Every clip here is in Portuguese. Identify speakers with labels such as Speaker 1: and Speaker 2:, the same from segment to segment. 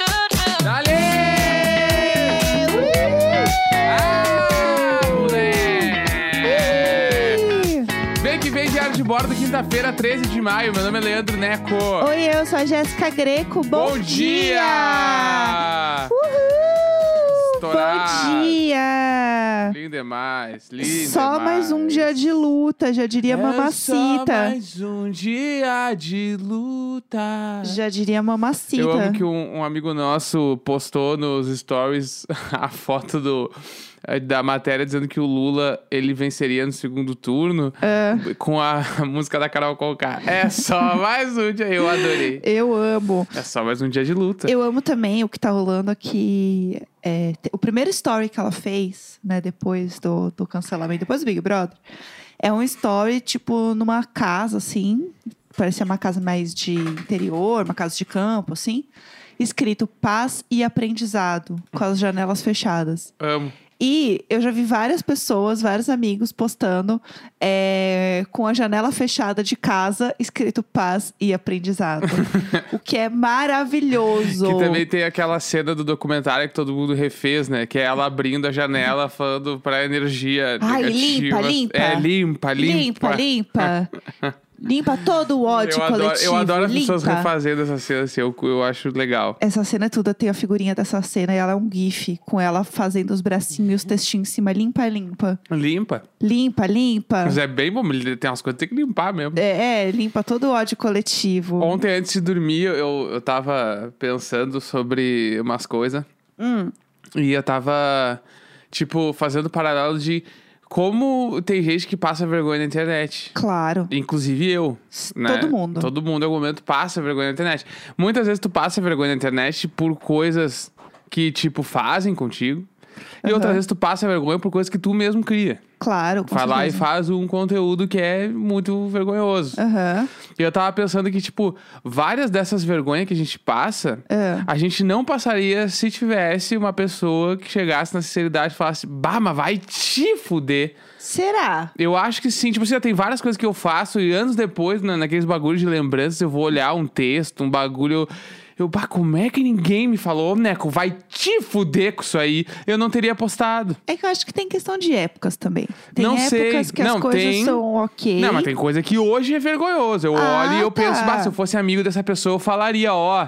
Speaker 1: Ah, Diário de Bordo, quinta-feira, 13 de maio. Meu nome é Leandro Neco.
Speaker 2: Oi, eu sou a Jéssica Greco. Bom, dia!
Speaker 1: Uh,
Speaker 2: Uhul!
Speaker 1: Estourado.
Speaker 2: Bom dia!
Speaker 1: Lindo demais, lindo
Speaker 2: é Só
Speaker 1: demais.
Speaker 2: mais um dia de luta, já diria
Speaker 1: É Só
Speaker 2: mamacita.
Speaker 1: mais um dia de luta.
Speaker 2: Já diria mamacita.
Speaker 1: Eu amo que um, um amigo nosso postou nos stories a foto do, eh, da matéria dizendo que o Lula ele venceria no segundo turno
Speaker 2: É.
Speaker 1: com a música da Carol Conká. É só mais um dia, eu adorei.
Speaker 2: Eu amo.
Speaker 1: É só mais um dia de luta.
Speaker 2: Eu amo também o que tá rolando aqui. é, te- o primeiro story que ela fez, né, depois do, do cancelamento, depois do Big Brother, é um story, tipo, numa casa, assim. Parecia uma casa mais de interior, uma casa de campo, assim. Escrito paz e aprendizado, com as janelas fechadas.
Speaker 1: Amo.
Speaker 2: E eu já vi várias pessoas, vários amigos postando é, com a janela fechada de casa, escrito paz e aprendizado. o que é maravilhoso.
Speaker 1: Que também tem aquela cena do documentário que todo mundo refez, né? Que é ela abrindo a janela falando pra energia
Speaker 2: Ai,
Speaker 1: negativa.
Speaker 2: limpa, limpa.
Speaker 1: É, limpa, limpa.
Speaker 2: limpa, limpa. Limpa todo o ódio
Speaker 1: eu, adoro,
Speaker 2: coletivo.
Speaker 1: eu adoro as
Speaker 2: limpa.
Speaker 1: pessoas refazendo essa cena, assim, eu, eu acho legal.
Speaker 2: Essa cena é tudo, tem a figurinha dessa cena e ela é um gif com ela fazendo os bracinhos e os textinhos em cima. Limpa, limpa.
Speaker 1: Limpa.
Speaker 2: Limpa, limpa.
Speaker 1: Mas é bem bom, tem umas coisas que tem que limpar mesmo.
Speaker 2: É, é, limpa todo o ódio coletivo.
Speaker 1: Ontem, antes de dormir, eu, eu tava pensando sobre umas coisas.
Speaker 2: Hum.
Speaker 1: E eu tava, tipo, fazendo paralelo de como tem gente que passa vergonha na internet.
Speaker 2: Claro.
Speaker 1: Inclusive eu. né?
Speaker 2: Todo mundo.
Speaker 1: Todo mundo, em algum momento, passa vergonha na internet. Muitas vezes tu passa vergonha na internet por coisas que, tipo, fazem contigo. E
Speaker 2: Aham.
Speaker 1: outras vezes tu passa vergonha por coisas que tu mesmo cria.
Speaker 2: Claro. com
Speaker 1: Vai lá e
Speaker 2: certeza.
Speaker 1: faz um conteúdo que é muito vergonhoso.
Speaker 2: Aham.
Speaker 1: E eu tava pensando que, tipo, várias dessas vergonhas que a gente passa,
Speaker 2: É.
Speaker 1: a gente não passaria se tivesse uma pessoa que chegasse na sinceridade e falasse, bah, mas vai te fuder.
Speaker 2: Será?
Speaker 1: Eu acho que sim. Tipo, assim, tem várias coisas que eu faço e anos depois, na, naqueles bagulhos de lembranças, eu vou olhar um texto, um bagulho. Eu, bah, como é que ninguém me falou, "Ô, Neco, vai te fuder com isso aí? Eu não teria postado.
Speaker 2: É que eu acho que tem questão de épocas também. Tem
Speaker 1: Não sei.
Speaker 2: épocas que
Speaker 1: Não,
Speaker 2: as coisas
Speaker 1: tem.
Speaker 2: são ok.
Speaker 1: Não, mas tem coisa que hoje é vergonhoso. Eu
Speaker 2: Ah,
Speaker 1: olho e eu
Speaker 2: tá.
Speaker 1: penso, bah, se eu fosse amigo dessa pessoa, eu falaria, ó,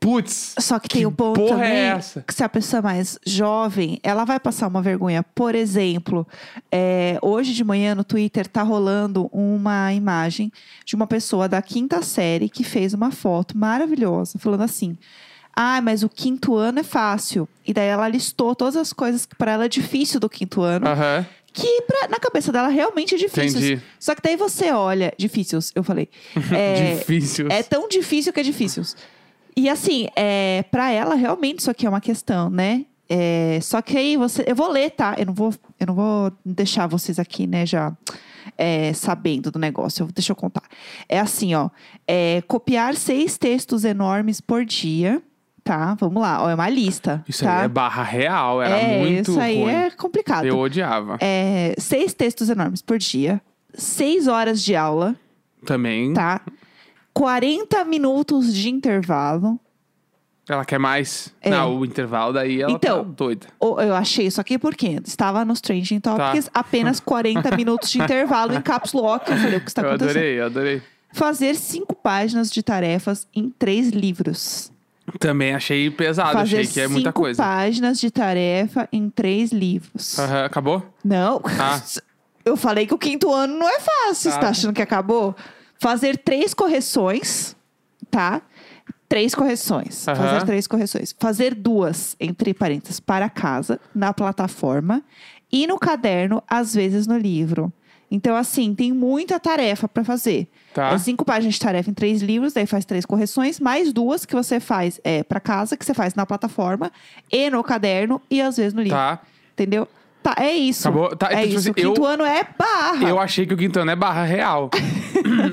Speaker 1: putz.
Speaker 2: Só que, tem o ponto
Speaker 1: porra
Speaker 2: também
Speaker 1: é essa?
Speaker 2: que se a pessoa é mais jovem, ela vai passar uma vergonha. Por exemplo, é, hoje de manhã no Twitter tá rolando uma imagem de uma pessoa da quinta série que fez uma foto maravilhosa, falando assim. Ah, mas o quinto ano é fácil. E daí ela listou todas as coisas que para ela é difícil do quinto ano.
Speaker 1: Aham.
Speaker 2: que pra- na cabeça dela realmente é difícil.
Speaker 1: Ah. Entendi.
Speaker 2: Só que daí você olha, difíceis, eu falei. É,
Speaker 1: Difícil.
Speaker 2: é tão difícil que é difícil. E assim, é, para ela realmente isso aqui é uma questão, né? É, só que aí você, eu vou ler, tá? Eu não vou, eu não vou deixar vocês aqui, né? Já é, sabendo do negócio. Eu- deixa eu contar. É assim, ó. é, copiar seis textos enormes por dia, tá? Vamos lá. Ó, é uma lista.
Speaker 1: Isso
Speaker 2: tá?
Speaker 1: aí é barra real, era
Speaker 2: É,
Speaker 1: muito
Speaker 2: isso aí
Speaker 1: ruim.
Speaker 2: é complicado.
Speaker 1: Eu odiava.
Speaker 2: É, seis textos enormes por dia, seis horas de aula,
Speaker 1: Também.
Speaker 2: tá? 40 minutos de intervalo.
Speaker 1: Ela quer mais.
Speaker 2: É.
Speaker 1: Não, o intervalo daí ela
Speaker 2: Então,
Speaker 1: tá doida.
Speaker 2: Ou- Eu achei isso aqui porque estava nos Trending
Speaker 1: Tá.
Speaker 2: Topics apenas 40 minutos de intervalo em caps lock. Eu falei, o que está
Speaker 1: eu
Speaker 2: tá acontecendo?
Speaker 1: adorei, eu adorei.
Speaker 2: Fazer cinco páginas de tarefas em três livros.
Speaker 1: Também achei pesado,
Speaker 2: Fazer
Speaker 1: achei que é muita
Speaker 2: cinco
Speaker 1: coisa.
Speaker 2: páginas de tarefa em três livros.
Speaker 1: Aham, acabou?
Speaker 2: Não.
Speaker 1: Ah.
Speaker 2: Eu falei que o quinto ano não é fácil.
Speaker 1: Ah,
Speaker 2: Você
Speaker 1: tá.
Speaker 2: tá achando que acabou? Fazer três correções, tá? Três correções.
Speaker 1: Aham.
Speaker 2: Fazer três correções. Fazer duas, entre parênteses, para casa, na plataforma e no caderno, às vezes no livro. Então, assim, tem muita tarefa para fazer.
Speaker 1: Tá.
Speaker 2: É cinco páginas de tarefa em três livros, daí faz três correções, mais duas que você faz é, para casa, que você faz na plataforma e no caderno e às vezes no livro.
Speaker 1: Tá.
Speaker 2: Entendeu? Tá, é isso.
Speaker 1: Acabou. Tá, então,
Speaker 2: é
Speaker 1: tipo assim,
Speaker 2: isso. o quinto
Speaker 1: eu-
Speaker 2: ano é barra.
Speaker 1: Eu achei que o quinto ano é barra real.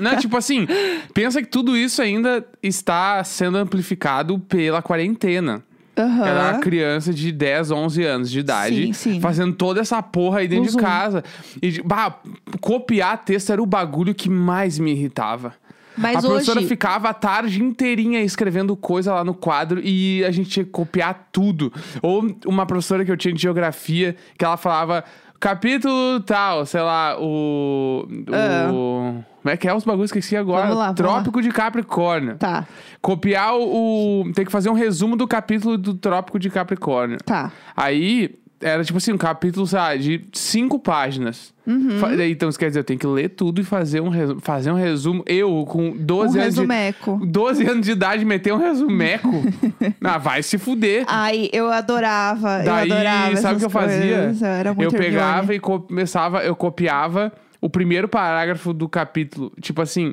Speaker 1: Não, tipo assim, pensa que tudo isso ainda está sendo amplificado pela quarentena.
Speaker 2: Aham.
Speaker 1: Ela é uma criança de 10, 11 anos de idade.
Speaker 2: Sim, sim. um.
Speaker 1: Fazendo toda essa porra aí dentro
Speaker 2: No
Speaker 1: de
Speaker 2: Zoom.
Speaker 1: casa. E, de- bah, copiar texto era o bagulho que mais me irritava.
Speaker 2: Mas
Speaker 1: a professora
Speaker 2: hoje-
Speaker 1: ficava a tarde inteirinha escrevendo coisa lá no quadro e a gente tinha que copiar tudo. Ou uma professora que eu tinha de geografia, que ela falava... Capítulo tal, sei lá, o.
Speaker 2: Ah.
Speaker 1: o- Como é que é os bagulhos que eu esqueci agora?
Speaker 2: Vamos lá, vamos
Speaker 1: Trópico de Capricórnio.
Speaker 2: Tá,
Speaker 1: Copiar o, o- Tem que fazer um resumo do capítulo do Trópico de Capricórnio.
Speaker 2: tá.
Speaker 1: Aí era tipo assim, um capítulo, sabe, de cinco páginas.
Speaker 2: Uhum.
Speaker 1: Fa- Então, isso quer dizer, eu tenho que ler tudo e fazer um resumo. Fazer um resumo. Eu, com 12
Speaker 2: um
Speaker 1: anos. de-
Speaker 2: resumeco.
Speaker 1: 12 anos de idade, meter um resumeco. ah, vai se fuder.
Speaker 2: Ai, eu adorava.
Speaker 1: Daí,
Speaker 2: eu adorava.
Speaker 1: sabe o que eu
Speaker 2: essas
Speaker 1: fazia?
Speaker 2: coisas, Era muito
Speaker 1: eu pegava
Speaker 2: Hermione.
Speaker 1: e começava, eu copiava o primeiro parágrafo do capítulo. Tipo assim,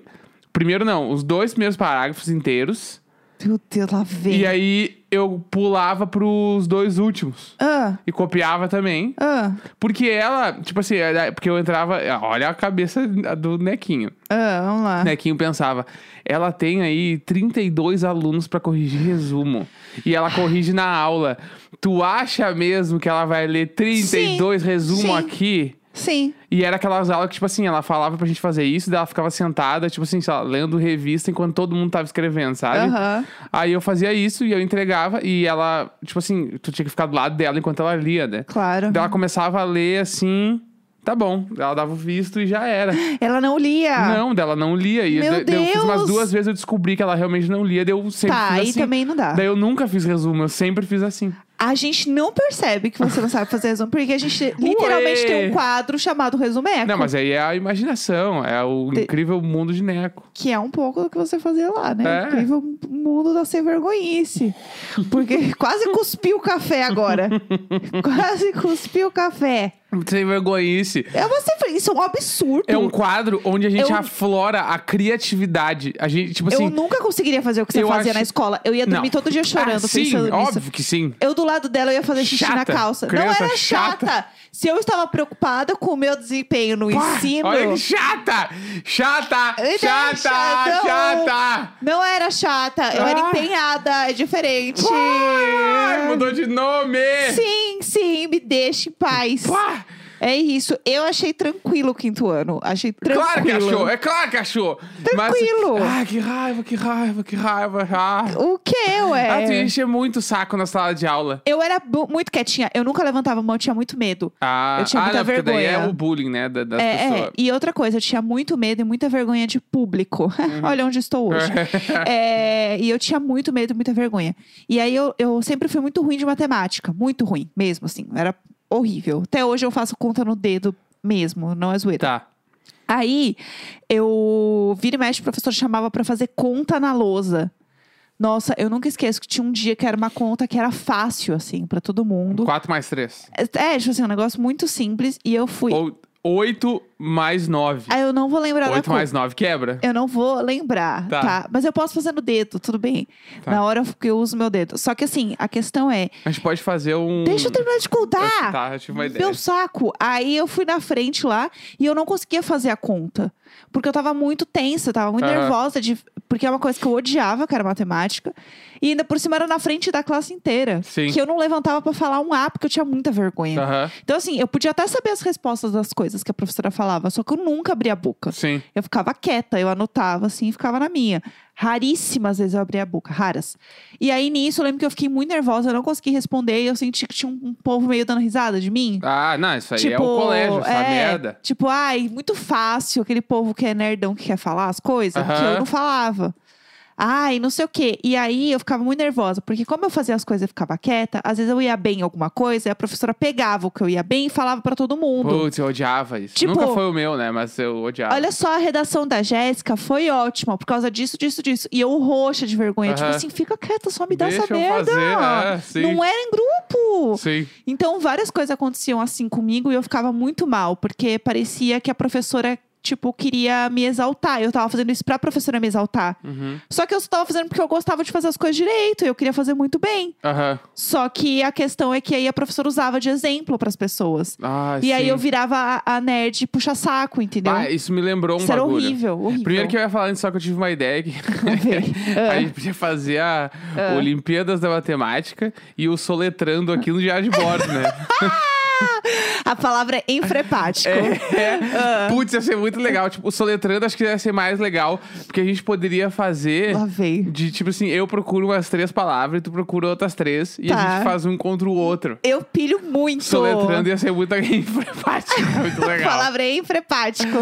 Speaker 1: primeiro não, os dois primeiros parágrafos inteiros.
Speaker 2: Meu Deus, lá vem.
Speaker 1: E aí eu pulava pros dois últimos.
Speaker 2: Ah,
Speaker 1: E copiava também.
Speaker 2: ah,
Speaker 1: Porque ela, tipo assim, era- porque eu entrava. é, Olha a cabeça do Nequinho.
Speaker 2: ah, vamos lá.
Speaker 1: O Nequinho pensava, ela tem aí 32 alunos pra corrigir resumo. E ela corrige na aula. Tu acha mesmo que ela vai ler 32
Speaker 2: Sim,
Speaker 1: resumos
Speaker 2: sim.
Speaker 1: aqui?
Speaker 2: Sim.
Speaker 1: E era aquelas aulas que, tipo assim, ela falava pra gente fazer isso, daí ela ficava sentada, tipo assim, sei lá, lendo revista enquanto todo mundo tava escrevendo, sabe?
Speaker 2: Aham.
Speaker 1: Aí eu fazia isso e eu entregava e ela, tipo assim, tu tinha que ficar do lado dela enquanto ela lia, né?
Speaker 2: Claro.
Speaker 1: Daí ela começava a ler assim, tá bom. Ela dava o visto e já era.
Speaker 2: Ela não lia.
Speaker 1: Não, dela não lia. E
Speaker 2: Tá. Meu
Speaker 1: de- daí eu fiz umas
Speaker 2: Deus!
Speaker 1: duas vezes, eu descobri que ela realmente não lia. Daí eu sempre
Speaker 2: Tá,
Speaker 1: fiz
Speaker 2: aí
Speaker 1: assim.
Speaker 2: também não dá.
Speaker 1: Daí eu nunca fiz resumo, eu sempre fiz assim.
Speaker 2: A gente não percebe que você não sabe fazer resumo, porque a gente literalmente tem um quadro chamado Resumeco,
Speaker 1: Não, mas aí é a imaginação, é o
Speaker 2: Te-
Speaker 1: incrível mundo de Neco.
Speaker 2: que é um pouco do que você fazia lá, né?
Speaker 1: É.
Speaker 2: Incrível mundo da sem vergonhice. Porque quase cuspiu o café agora. quase cuspiu o café.
Speaker 1: Sem vergonhice.
Speaker 2: É você, isso é um absurdo.
Speaker 1: É um quadro onde a gente
Speaker 2: Eu-
Speaker 1: aflora a criatividade. A gente, tipo assim.
Speaker 2: eu nunca conseguiria fazer o que você
Speaker 1: eu
Speaker 2: fazia
Speaker 1: acho-
Speaker 2: na escola. Eu ia
Speaker 1: não.
Speaker 2: dormir todo dia chorando,
Speaker 1: Ah, sim,
Speaker 2: pensando nisso.
Speaker 1: óbvio que sim.
Speaker 2: Eu do lado dela eu ia fazer xixi na
Speaker 1: Chata.
Speaker 2: calça. não
Speaker 1: Criança
Speaker 2: era chata. Se eu estava preocupada com o meu desempenho no
Speaker 1: Pá,
Speaker 2: ensino,
Speaker 1: Olha que chata! Chata!
Speaker 2: Então,
Speaker 1: Chata!
Speaker 2: chatão.
Speaker 1: Chata!
Speaker 2: Não era chata, eu era
Speaker 1: Ah.
Speaker 2: empenhada, é diferente.
Speaker 1: Ai, mudou de nome!
Speaker 2: Sim, sim, me deixe em paz.
Speaker 1: Pá!
Speaker 2: É isso, eu achei tranquilo o quinto ano. Achei tranquilo.
Speaker 1: Claro que achou, é claro que achou.
Speaker 2: Tranquilo.
Speaker 1: Mas, ah, que raiva, que raiva, que raiva. Ah,
Speaker 2: O que,
Speaker 1: ah tu
Speaker 2: ué?
Speaker 1: enche muito o saco na sala de aula.
Speaker 2: Eu era bu- muito quietinha, eu nunca levantava a mão, eu tinha muito medo.
Speaker 1: Ah,
Speaker 2: Eu tinha
Speaker 1: ah,
Speaker 2: muita
Speaker 1: não, porque daí é
Speaker 2: vergonha.
Speaker 1: o bullying, né, da- das
Speaker 2: É,
Speaker 1: pessoas.
Speaker 2: é, e outra coisa, eu tinha muito medo e muita vergonha de público.
Speaker 1: Uhum.
Speaker 2: Olha onde estou hoje. É, e eu tinha muito medo e muita vergonha. E aí eu, eu sempre fui muito ruim de matemática, muito ruim mesmo, assim. Era horrível. Até hoje eu faço conta no dedo mesmo, não é zoeira.
Speaker 1: Tá.
Speaker 2: Aí eu vira e mexe, o professor chamava pra fazer conta na lousa. Nossa, eu nunca esqueço que tinha um dia que era uma conta que era fácil, assim, pra todo mundo.
Speaker 1: 4 mais 3.
Speaker 2: É, tipo assim, um negócio muito simples. E eu fui.
Speaker 1: Ou 8 mais 9.
Speaker 2: Aí eu não vou lembrar da
Speaker 1: 8
Speaker 2: conta.
Speaker 1: mais 9 quebra.
Speaker 2: Eu não vou lembrar,
Speaker 1: Tá.
Speaker 2: tá. Mas eu posso fazer no dedo, tudo bem.
Speaker 1: Tá.
Speaker 2: Na hora eu- que eu uso meu dedo. Só que assim, a questão é...
Speaker 1: A gente pode fazer um...
Speaker 2: Deixa eu terminar de contar!
Speaker 1: Tá, eu tive uma ideia.
Speaker 2: Meu saco! Aí eu fui na frente lá e eu não conseguia fazer a conta. Porque eu tava muito tensa, eu tava muito
Speaker 1: Aham.
Speaker 2: nervosa. De... Porque é uma coisa que eu odiava, cara, matemática. E ainda por cima era na frente da classe inteira.
Speaker 1: Sim.
Speaker 2: Que eu não levantava pra falar um A, porque eu tinha muita vergonha.
Speaker 1: Aham,
Speaker 2: Então assim, eu podia até saber as respostas das coisas que a professora falava. Só que eu nunca abria a boca.
Speaker 1: sim.
Speaker 2: Eu ficava quieta, eu anotava assim e ficava na minha. Raríssimas vezes eu abria a boca, raras. E aí nisso eu lembro que eu fiquei muito nervosa, eu não consegui responder e eu senti que tinha um, um povo meio dando risada de mim.
Speaker 1: Ah, não, isso aí
Speaker 2: tipo,
Speaker 1: é o colégio, essa
Speaker 2: é,
Speaker 1: merda.
Speaker 2: Tipo, ai, muito fácil aquele povo que é nerdão que quer falar as coisas, que
Speaker 1: Aham.
Speaker 2: eu não falava. Ai, não sei o quê. E aí eu ficava muito nervosa, porque como eu fazia as coisas e ficava quieta, às vezes eu ia bem em alguma coisa e a professora pegava o que eu ia bem e falava pra todo mundo.
Speaker 1: Putz, eu odiava isso.
Speaker 2: Tipo-
Speaker 1: Nunca foi o meu, né, mas eu odiava.
Speaker 2: Olha só, a redação da Jéssica foi ótima por causa disso, disso, disso. E eu roxa de vergonha. Tipo
Speaker 1: Aham.
Speaker 2: assim, fica quieta, só me dá
Speaker 1: Deixa
Speaker 2: essa
Speaker 1: eu
Speaker 2: merda.
Speaker 1: fazer, é, sim.
Speaker 2: Não era em grupo.
Speaker 1: Sim.
Speaker 2: Então, várias coisas aconteciam assim comigo e eu ficava muito mal, porque parecia que a professora, tipo, queria me exaltar. Eu tava fazendo isso pra professora me exaltar.
Speaker 1: Uhum.
Speaker 2: Só que eu só tava fazendo porque eu gostava de fazer as coisas direito, eu queria fazer muito bem.
Speaker 1: Aham.
Speaker 2: Só que a questão é que aí a professora usava de exemplo pras pessoas.
Speaker 1: Ah,
Speaker 2: E aí
Speaker 1: sim.
Speaker 2: eu virava a, a nerd puxa-saco, entendeu?
Speaker 1: Ah, isso me lembrou um
Speaker 2: Isso era
Speaker 1: bagulho.
Speaker 2: horrível, horrível.
Speaker 1: Primeiro que eu ia falar antes, só que eu tive uma ideia que a gente podia fazer a
Speaker 2: Ah.
Speaker 1: Olimpíadas da Matemática e o soletrando aqui no diário de bordo, né?
Speaker 2: A palavra é enfrepático. Ah.
Speaker 1: É. Putz, ia ser muito legal. Tipo, o soletrando acho que ia ser mais legal. Porque a gente poderia fazer.
Speaker 2: Lá veio.
Speaker 1: De tipo assim, eu procuro umas três palavras e tu procura outras três. E
Speaker 2: Tá.
Speaker 1: a gente faz um contra o outro.
Speaker 2: Eu pilho muito.
Speaker 1: Soletrando ia ser muito enfrepático. Muito
Speaker 2: A
Speaker 1: legal.
Speaker 2: palavra é enfrepático.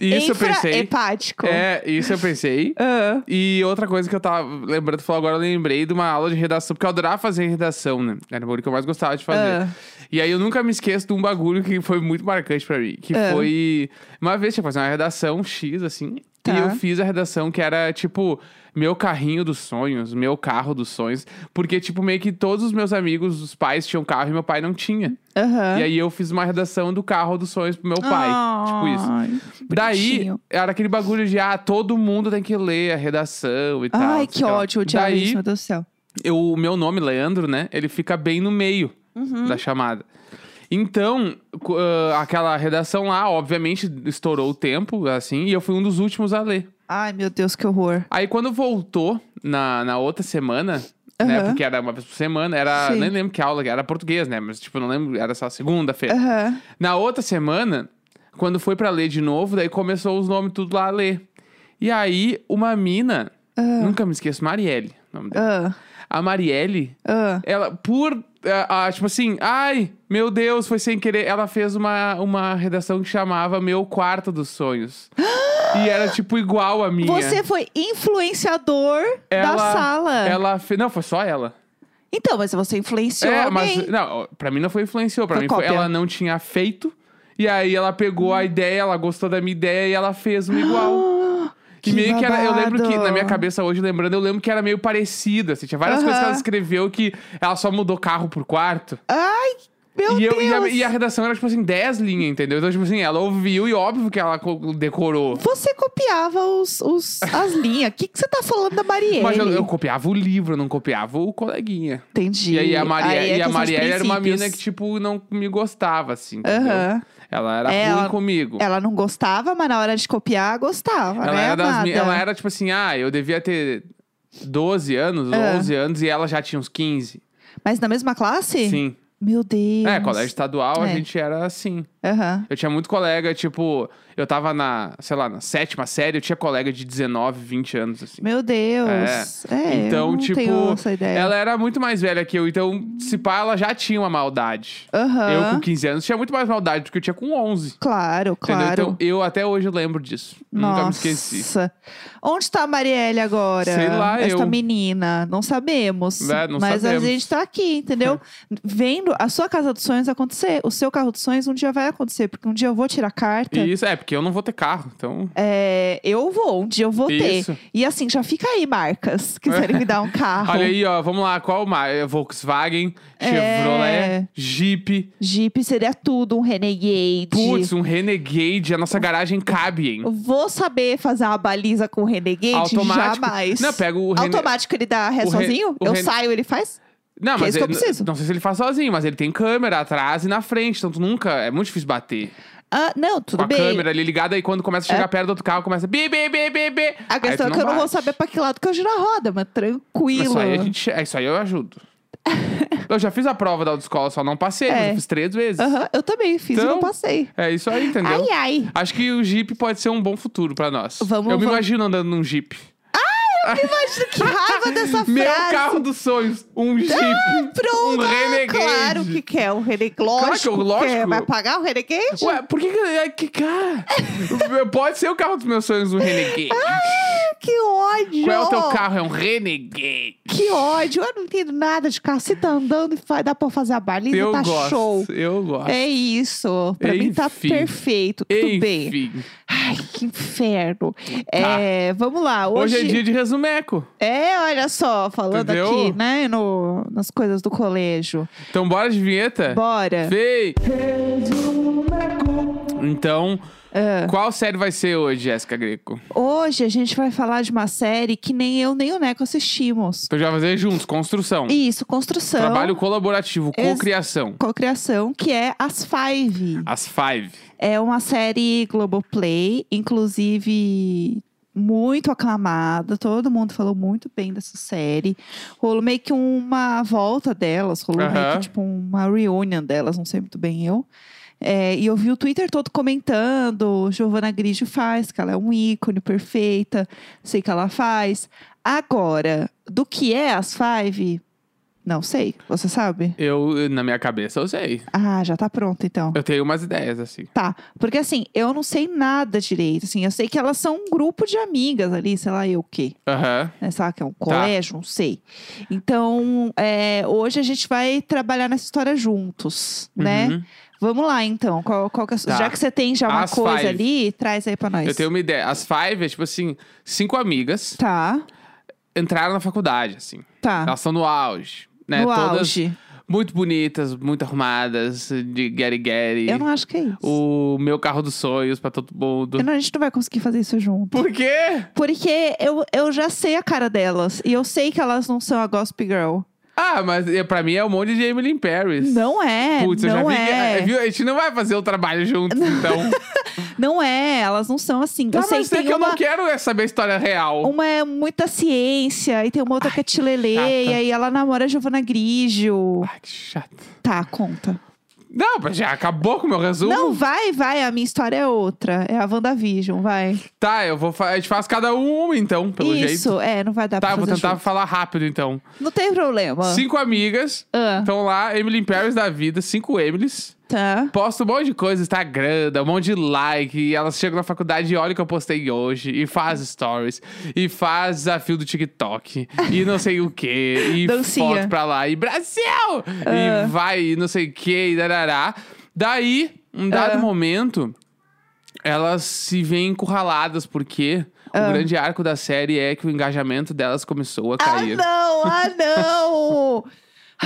Speaker 1: Isso eu pensei.
Speaker 2: Enfrahepático.
Speaker 1: É, isso eu pensei.
Speaker 2: Ah,
Speaker 1: E outra coisa que eu tava lembrando, tu falou agora, eu lembrei de uma aula de redação, porque eu adorava fazer redação, né? Era o que eu mais gostava de fazer.
Speaker 2: Ah.
Speaker 1: E aí eu nunca me esqueço de um bagulho que foi muito marcante pra mim, que
Speaker 2: Ah.
Speaker 1: foi uma vez tinha que fazer uma redação X assim,
Speaker 2: Tá.
Speaker 1: e eu fiz a redação que era tipo meu carrinho dos sonhos, meu carro dos sonhos, porque tipo meio que todos os meus amigos, os pais tinham carro e meu pai não tinha.
Speaker 2: aham.
Speaker 1: E aí eu fiz uma redação do carro dos sonhos pro meu pai, tipo isso.
Speaker 2: Ai,
Speaker 1: Daí,
Speaker 2: Ah, bonitinho.
Speaker 1: era aquele bagulho de, ah, todo mundo tem que ler a redação e tal. não
Speaker 2: Ai,
Speaker 1: sei
Speaker 2: que
Speaker 1: o lá.
Speaker 2: ótimo, Thiago.
Speaker 1: Daí,
Speaker 2: Meu Deus do céu.
Speaker 1: eu, o meu nome, Leandro, né, ele fica bem no meio
Speaker 2: Uhum.
Speaker 1: da chamada. Então, cu- ah, aquela redação lá, obviamente, estourou o tempo, assim, e eu fui um dos últimos a ler.
Speaker 2: Ai, meu Deus, que horror.
Speaker 1: Aí, quando voltou na, na outra semana, né,
Speaker 2: Aham.
Speaker 1: porque era uma vez por semana, era,
Speaker 2: Sim.
Speaker 1: nem lembro que aula, era português, né, mas, tipo, não lembro, era só segunda-feira.
Speaker 2: Aham.
Speaker 1: Na outra semana, quando foi pra ler de novo, daí começou os nomes tudo lá a ler. E aí, uma mina, nunca me esqueço, Marielle. o nome dela.
Speaker 2: Ah,
Speaker 1: A Marielle,
Speaker 2: ah.
Speaker 1: ela, por. ah, ah, tipo assim, ai, meu Deus, foi sem querer. Ela fez uma, uma redação que chamava Meu Quarto dos Sonhos. e era, tipo, igual a minha.
Speaker 2: Você foi influenciador
Speaker 1: ela,
Speaker 2: da sala.
Speaker 1: Ela fe... Não, foi só ela.
Speaker 2: Então, mas você influenciou
Speaker 1: É,
Speaker 2: alguém.
Speaker 1: mas. Não, pra mim não foi influenciou. Pra
Speaker 2: Foi
Speaker 1: mim foi,
Speaker 2: cópia.
Speaker 1: ela não tinha feito. E aí ela pegou a ideia, ela gostou da minha ideia e ela fez uma igual. Que,
Speaker 2: que
Speaker 1: meio que era. Eu lembro que,
Speaker 2: babado.
Speaker 1: na minha cabeça hoje, lembrando, eu lembro que era meio parecida. Assim, tinha várias
Speaker 2: Aham.
Speaker 1: coisas que ela escreveu que ela só mudou carro por quarto.
Speaker 2: Ai, meu
Speaker 1: e, eu-
Speaker 2: Deus.
Speaker 1: e a, e a redação era, tipo assim, 10 linhas, entendeu? Então, tipo assim, ela ouviu e óbvio que ela co- decorou.
Speaker 2: Você copiava os, os- as linhas. O que, que você tá falando da Marielle?
Speaker 1: Mas eu, eu copiava o livro, eu não copiava o coleguinha.
Speaker 2: Entendi.
Speaker 1: E aí a, Marie...
Speaker 2: Aí é
Speaker 1: e a
Speaker 2: questão de
Speaker 1: Marielle era uma
Speaker 2: princípios.
Speaker 1: mina que, tipo, não me gostava, assim, entendeu?
Speaker 2: Aham.
Speaker 1: Ela era
Speaker 2: É, ela-
Speaker 1: ruim comigo.
Speaker 2: Ela não gostava, mas na hora de copiar, gostava,
Speaker 1: Ela,
Speaker 2: né,
Speaker 1: era das
Speaker 2: amada?
Speaker 1: mi- ela era, tipo assim, ah, eu devia ter 12 anos, ou
Speaker 2: Ah.
Speaker 1: 11 anos, e ela já tinha uns 15.
Speaker 2: Mas na mesma classe?
Speaker 1: Sim.
Speaker 2: Meu Deus.
Speaker 1: É, colégio estadual,
Speaker 2: É.
Speaker 1: a gente era assim.
Speaker 2: Aham.
Speaker 1: Eu tinha muito colega, tipo, eu tava na, sei lá, na sétima série, eu tinha colega de 19, 20 anos, assim.
Speaker 2: Meu Deus. É, eu
Speaker 1: então,
Speaker 2: não
Speaker 1: tipo,
Speaker 2: tenho essa ideia.
Speaker 1: ela era muito mais velha que eu, então, se pá, ela já tinha uma maldade.
Speaker 2: Aham.
Speaker 1: Eu, com 15 anos, tinha muito mais maldade do que eu tinha com 11.
Speaker 2: Claro,
Speaker 1: Entendeu?
Speaker 2: claro.
Speaker 1: Então, eu até hoje lembro disso. Nunca me
Speaker 2: Nossa.
Speaker 1: esqueci.
Speaker 2: Onde está a Marielle agora?
Speaker 1: Sei lá,
Speaker 2: Esta
Speaker 1: eu.
Speaker 2: menina. Não sabemos.
Speaker 1: É, não
Speaker 2: Mas
Speaker 1: sabemos.
Speaker 2: a gente está aqui, entendeu? Vendo a sua casa dos sonhos acontecer. O seu carro dos sonhos um dia vai acontecer. Porque um dia eu vou tirar carta.
Speaker 1: E isso, é, porque eu não vou ter carro, então.
Speaker 2: É, eu vou, um dia eu vou
Speaker 1: Isso.
Speaker 2: ter. E assim, já fica aí, marcas. Quiserem me dar um carro.
Speaker 1: Olha aí, ó, vamos lá, qual mais? É, Volkswagen, Chevrolet, Jeep.
Speaker 2: É. Jeep seria tudo, um Renegade.
Speaker 1: Putz, um Renegade, a nossa garagem cabe, hein?
Speaker 2: Eu Vou saber fazer uma baliza com o Renegade?
Speaker 1: Automático.
Speaker 2: Jamais.
Speaker 1: Não, pega o Rene-
Speaker 2: Automático ele dá ré
Speaker 1: o Re-
Speaker 2: sozinho?
Speaker 1: o
Speaker 2: Eu
Speaker 1: Rene-
Speaker 2: saio, ele faz?
Speaker 1: Não,
Speaker 2: que é
Speaker 1: mas
Speaker 2: isso que eu
Speaker 1: ele-
Speaker 2: preciso.
Speaker 1: não sei se ele faz sozinho, mas ele tem câmera atrás e na frente, então tu nunca, é muito difícil bater.
Speaker 2: Ah, não,
Speaker 1: Com
Speaker 2: tudo
Speaker 1: a
Speaker 2: bem. É.
Speaker 1: câmera ali ligada aí quando começa a chegar perto do outro carro, começa bi bi bi bi bi.
Speaker 2: A questão é que eu não vou saber pra que lado que eu giro a roda, mas tranquilo.
Speaker 1: Isso aí a gente, é, isso aí eu ajudo. eu já fiz a prova da autoescola, só não passei, mas
Speaker 2: É.
Speaker 1: eu fiz três vezes.
Speaker 2: Aham, eu também fiz e
Speaker 1: Então,
Speaker 2: não passei.
Speaker 1: É isso aí, entendeu?
Speaker 2: Ai, ai.
Speaker 1: Acho que o Jeep pode ser um bom futuro pra nós.
Speaker 2: Vamos-
Speaker 1: eu me
Speaker 2: vamos-
Speaker 1: imagino andando num Jeep.
Speaker 2: Imagina que raiva dessa frase.
Speaker 1: Meu carro dos sonhos, um Jeep. um
Speaker 2: Pronto, ah,
Speaker 1: Renegade.
Speaker 2: claro que quer. O Renegade,
Speaker 1: Claro que eu-
Speaker 2: lógico,
Speaker 1: lógico.
Speaker 2: quer. Vai pagar o Renegade?
Speaker 1: Ué, por que que... é que cara... pode ser o carro dos meus sonhos um Renegade.
Speaker 2: Ah, que ódio.
Speaker 1: Qual é o teu carro? É um Renegade.
Speaker 2: Que ódio. Eu não entendo nada de carro. Se tá andando e fa- dá pra fazer a baliza,
Speaker 1: eu
Speaker 2: tá
Speaker 1: gosto,
Speaker 2: show.
Speaker 1: eu gosto.
Speaker 2: É isso. Pra mim tá
Speaker 1: Enfim.
Speaker 2: perfeito. Tudo bem.
Speaker 1: Enfim, Tá.
Speaker 2: Ai, que inferno. É, vamos lá.
Speaker 1: hoje... é
Speaker 2: Hoje,
Speaker 1: dia de resumeco.
Speaker 2: É, olha só, falando
Speaker 1: Entendeu?
Speaker 2: aqui, né, no, nas coisas do colégio.
Speaker 1: Então bora de vinheta?
Speaker 2: Bora.
Speaker 1: Vem! Então,
Speaker 2: É.
Speaker 1: qual série vai ser hoje, Jéssica Greco?
Speaker 2: Hoje a gente vai falar de uma série que nem eu nem o Neco assistimos.
Speaker 1: Então já vai fazer juntos, construção.
Speaker 2: Isso, construção.
Speaker 1: Hum. Trabalho colaborativo,
Speaker 2: Então- Ex-
Speaker 1: cocriação.
Speaker 2: Cocriação, que é As Five.
Speaker 1: As Five.
Speaker 2: É uma série Globoplay, inclusive muito aclamada, todo mundo falou muito bem dessa série. Rolou meio que uma volta delas, rolou meio
Speaker 1: Aham.
Speaker 2: que tipo uma reunion delas, não sei muito bem eu. É, e eu vi o Twitter todo comentando, Giovana Grigio faz, que ela é um ícone perfeita, sei que ela faz. Agora, do que é as Five? Não sei, você sabe?
Speaker 1: Eu, na minha cabeça, eu sei.
Speaker 2: Ah, já tá pronto então.
Speaker 1: Eu tenho umas ideias, assim.
Speaker 2: Tá, porque assim, eu não sei nada direito, assim, eu sei que elas são um grupo de amigas ali, sei lá eu o quê
Speaker 1: Aham.
Speaker 2: né? Sei lá, que é um
Speaker 1: Tá.
Speaker 2: colégio, não sei. Então, é, hoje a gente vai trabalhar nessa história juntos, né?
Speaker 1: Uhum.
Speaker 2: Vamos lá, então. Qual, qual que é a-
Speaker 1: Tá.
Speaker 2: Já que você tem já uma
Speaker 1: As
Speaker 2: coisa
Speaker 1: five.
Speaker 2: ali, traz aí pra nós.
Speaker 1: Eu tenho uma ideia. As five é, tipo assim, cinco amigas
Speaker 2: Tá,
Speaker 1: entraram na faculdade, assim.
Speaker 2: tá.
Speaker 1: Elas estão no auge. Né?
Speaker 2: no
Speaker 1: Todas
Speaker 2: auge.
Speaker 1: muito bonitas, muito arrumadas, de Gary Gary.
Speaker 2: Eu não acho que é isso.
Speaker 1: O meu carro dos sonhos pra todo mundo.
Speaker 2: Eu não- a gente não vai conseguir fazer isso junto.
Speaker 1: Por quê?
Speaker 2: Porque eu, eu já sei a cara delas. E eu sei que elas não são a Gossip Girl.
Speaker 1: Ah, mas eh, pra mim é um monte de Emily in Paris.
Speaker 2: Não é.
Speaker 1: Putz,
Speaker 2: não
Speaker 1: eu já vi
Speaker 2: é.
Speaker 1: que. viu? A gente não vai fazer o trabalho juntos, então.
Speaker 2: Não é. Elas não são assim.
Speaker 1: Tá,
Speaker 2: eu sei
Speaker 1: mas é
Speaker 2: tem
Speaker 1: que eu
Speaker 2: uma...
Speaker 1: não quero é, saber a história real.
Speaker 2: Uma é muita ciência, e tem uma outra que é tilelê,
Speaker 1: chata.
Speaker 2: e aí ela namora a Giovana Grigio.
Speaker 1: Ai, que chato.
Speaker 2: Tá, conta.
Speaker 1: Não, mas já acabou com o meu resumo.
Speaker 2: Não, vai, vai, a minha história é outra. É a WandaVision, vai.
Speaker 1: Tá, eu vou. fa- A gente faz cada um uma, então, pelo
Speaker 2: Isso,
Speaker 1: jeito.
Speaker 2: é, não vai dar
Speaker 1: Tá,
Speaker 2: pra
Speaker 1: eu vou
Speaker 2: fazer
Speaker 1: tentar
Speaker 2: junto.
Speaker 1: falar rápido, então.
Speaker 2: Não tem problema.
Speaker 1: Cinco amigas.
Speaker 2: Ah,
Speaker 1: Estão lá, Emily in Paris da vida, cinco Emilys.
Speaker 2: tá.
Speaker 1: Posto um monte de coisa, Instagram, dá um monte de like. E elas chegam na faculdade e olham o que eu postei hoje. E faz stories. E faz desafio do TikTok. E não sei o quê. E
Speaker 2: Dancinha. Ah.
Speaker 1: foto pra lá. E Brasil! E vai, e não sei o quê, e darará. Daí, um dado
Speaker 2: Ah.
Speaker 1: momento, elas se veem encurraladas, porque o grande arco da série é que o engajamento delas começou a
Speaker 2: Ah. Ah,
Speaker 1: cair.
Speaker 2: não, ah, não!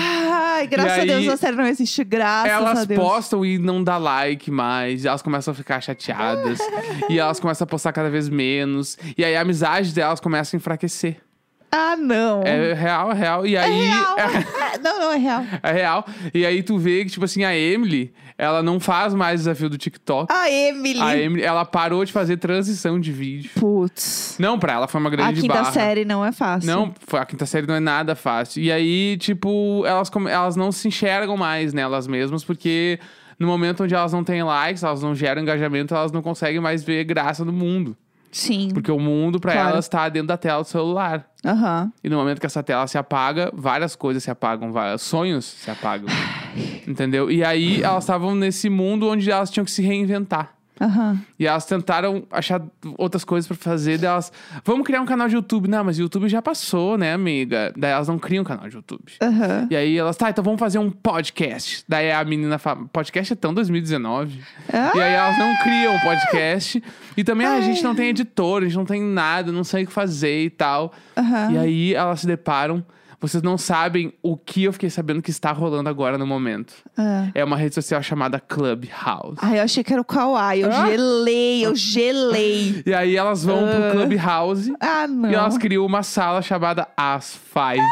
Speaker 2: Ai, graças
Speaker 1: E
Speaker 2: a Deus,
Speaker 1: aí,
Speaker 2: a série não existe, graças a
Speaker 1: Elas
Speaker 2: Deus.
Speaker 1: postam e não dá like mais. Elas começam a ficar chateadas. e elas começam a postar cada vez menos. E aí a amizade delas começa a enfraquecer.
Speaker 2: Ah, não.
Speaker 1: É real, é real. E aí.
Speaker 2: real. Ah, não, não, é real.
Speaker 1: É real. E aí tu vê que, tipo assim, a Emily, ela não faz mais desafio do TikTok.
Speaker 2: A Emily.
Speaker 1: A Emily, ela parou de fazer transição de vídeo.
Speaker 2: Putz.
Speaker 1: Não, pra ela foi uma
Speaker 2: A
Speaker 1: grande
Speaker 2: quinta
Speaker 1: barra.
Speaker 2: série não é fácil.
Speaker 1: Não, foi- a quinta série não é nada fácil. E aí, tipo, elas, come- elas não se enxergam mais nelas mesmas, porque no momento onde elas não têm likes, elas não geram engajamento, elas não conseguem mais ver graça no mundo.
Speaker 2: Sim.
Speaker 1: Porque o mundo, pra
Speaker 2: Claro.
Speaker 1: elas, tá dentro da tela do celular.
Speaker 2: Aham.
Speaker 1: E no momento que essa tela se apaga, várias coisas se apagam, vários sonhos se apagam. entendeu? E aí, elas estavam nesse mundo onde elas tinham que se reinventar.
Speaker 2: Aham.
Speaker 1: E elas tentaram achar outras coisas pra fazer. Daí elas, vamos criar um canal de YouTube. Não, mas o YouTube já passou, né, amiga? Daí elas não criam um canal de YouTube.
Speaker 2: Aham.
Speaker 1: E aí elas, tá, então vamos fazer um podcast. Daí a menina fala, podcast é tão 2019. E aí elas não criam um podcast. E também "Ah, a gente não tem editor, a gente não tem nada, não sei o que fazer e tal.
Speaker 2: Aham.
Speaker 1: E aí elas se deparam. Vocês não sabem o que eu fiquei sabendo que está rolando agora no momento.
Speaker 2: Ah.
Speaker 1: É uma rede social chamada Clubhouse.
Speaker 2: Ai, eu achei que era o Kawaii. Eu
Speaker 1: Ah?
Speaker 2: gelei, eu gelei.
Speaker 1: E aí elas vão pro Clubhouse
Speaker 2: Ah, não.
Speaker 1: E elas criam uma sala chamada As Five.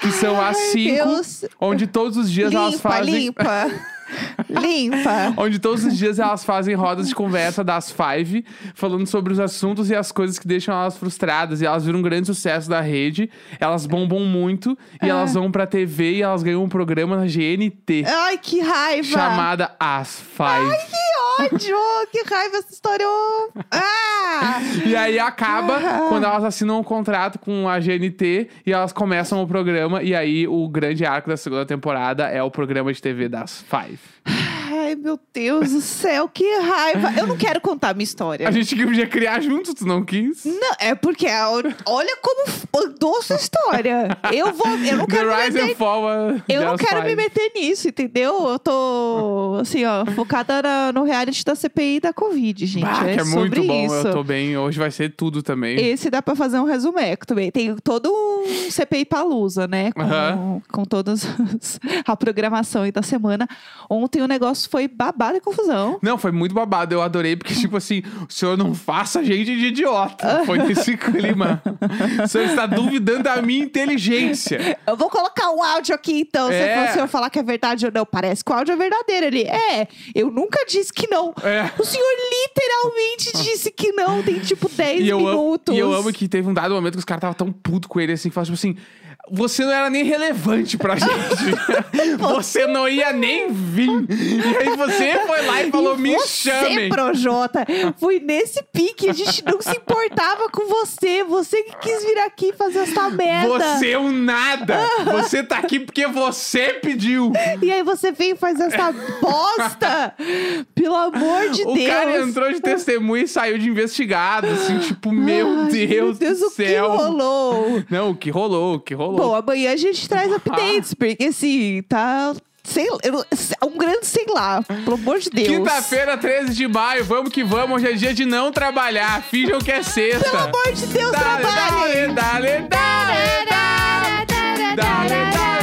Speaker 1: Que são as
Speaker 2: Ai,
Speaker 1: cinco,
Speaker 2: Deus.
Speaker 1: onde todos os dias elas
Speaker 2: Limpa,
Speaker 1: fazem.
Speaker 2: limpa. limpa.
Speaker 1: Onde todos os dias elas fazem rodas de conversa das Five, falando sobre os assuntos e as coisas que deixam elas frustradas. E elas viram um grande sucesso da rede, elas bombam muito, e
Speaker 2: Ah.
Speaker 1: elas vão pra TV e elas ganham um programa na GNT,
Speaker 2: Ai, que raiva.
Speaker 1: chamada As Five.
Speaker 2: Que ódio, que raiva essa história. oh. Ah!
Speaker 1: E aí acaba
Speaker 2: Ah.
Speaker 1: quando elas assinam um contrato com a GNT e elas começam o programa. E aí o grande arco da segunda temporada é o programa de TV das Five.
Speaker 2: Ai, meu Deus do céu, que raiva. Eu não quero contar minha história.
Speaker 1: A gente que podia criar junto, tu não quis?
Speaker 2: É. Não, é porque a- olha como f- andou sua história. Eu vou, eu não quero
Speaker 1: The
Speaker 2: me
Speaker 1: Rise
Speaker 2: meter
Speaker 1: and Fall. uh,
Speaker 2: Eu não
Speaker 1: das
Speaker 2: quero me
Speaker 1: Five.
Speaker 2: meter nisso, entendeu? Eu tô, assim, ó, focada na- no reality da CPI e da Covid, gente.
Speaker 1: Bah,
Speaker 2: é,
Speaker 1: que é
Speaker 2: sobre
Speaker 1: muito bom,
Speaker 2: isso.
Speaker 1: eu tô bem. Hoje vai ser tudo também.
Speaker 2: Esse dá pra fazer um resumeco também. Tem todo um CPI palusa, né? Com,
Speaker 1: Aham.
Speaker 2: com todas as- a programação aí da semana. Ontem o negócio foi babado e confusão.
Speaker 1: Não, foi muito babado. Eu adorei, porque, tipo assim, o senhor não faça gente de idiota. Foi nesse clima. O senhor está duvidando da minha inteligência.
Speaker 2: Eu vou colocar um áudio aqui, então. Se
Speaker 1: É.
Speaker 2: você eu falar que é verdade ou não, parece que o áudio é verdadeiro. Ele, é, eu nunca disse que não.
Speaker 1: É.
Speaker 2: O senhor literalmente disse disse que não, tem tipo 10
Speaker 1: E eu, amo,
Speaker 2: minutos.
Speaker 1: e eu amo que teve um dado momento que os caras estavam tão puto com ele assim, que falaram tipo assim. Você não era nem relevante pra gente. você não ia nem vir. E aí você foi lá e falou: me
Speaker 2: você,
Speaker 1: chamem.
Speaker 2: Projota, foi nesse pique. A gente não se importava com você. Você que quis vir aqui fazer essa merda.
Speaker 1: Você é um nada. Você tá aqui porque você pediu.
Speaker 2: E aí você vem e faz essa bosta. Pelo amor de
Speaker 1: o
Speaker 2: Deus.
Speaker 1: cara entrou de testemunha e saiu de investigado. Assim, tipo, meu
Speaker 2: Ai,
Speaker 1: Deus,
Speaker 2: Meu Deus,
Speaker 1: do
Speaker 2: o que
Speaker 1: céu.
Speaker 2: rolou?
Speaker 1: Não, o que rolou, o que rolou.
Speaker 2: Bom, amanhã a gente
Speaker 1: Ah.
Speaker 2: traz updates, porque assim, tá. Sei, lá, eu não- um grande sei lá, pelo amor de Deus.
Speaker 1: Quinta-feira, 13 de maio, vamos que vamos. Hoje é dia de não trabalhar. Finjam que é sexta.
Speaker 2: Pelo amor de Deus,
Speaker 1: Dale,
Speaker 2: trabalhem!
Speaker 1: dale, dale, dale, dale, dale, dale.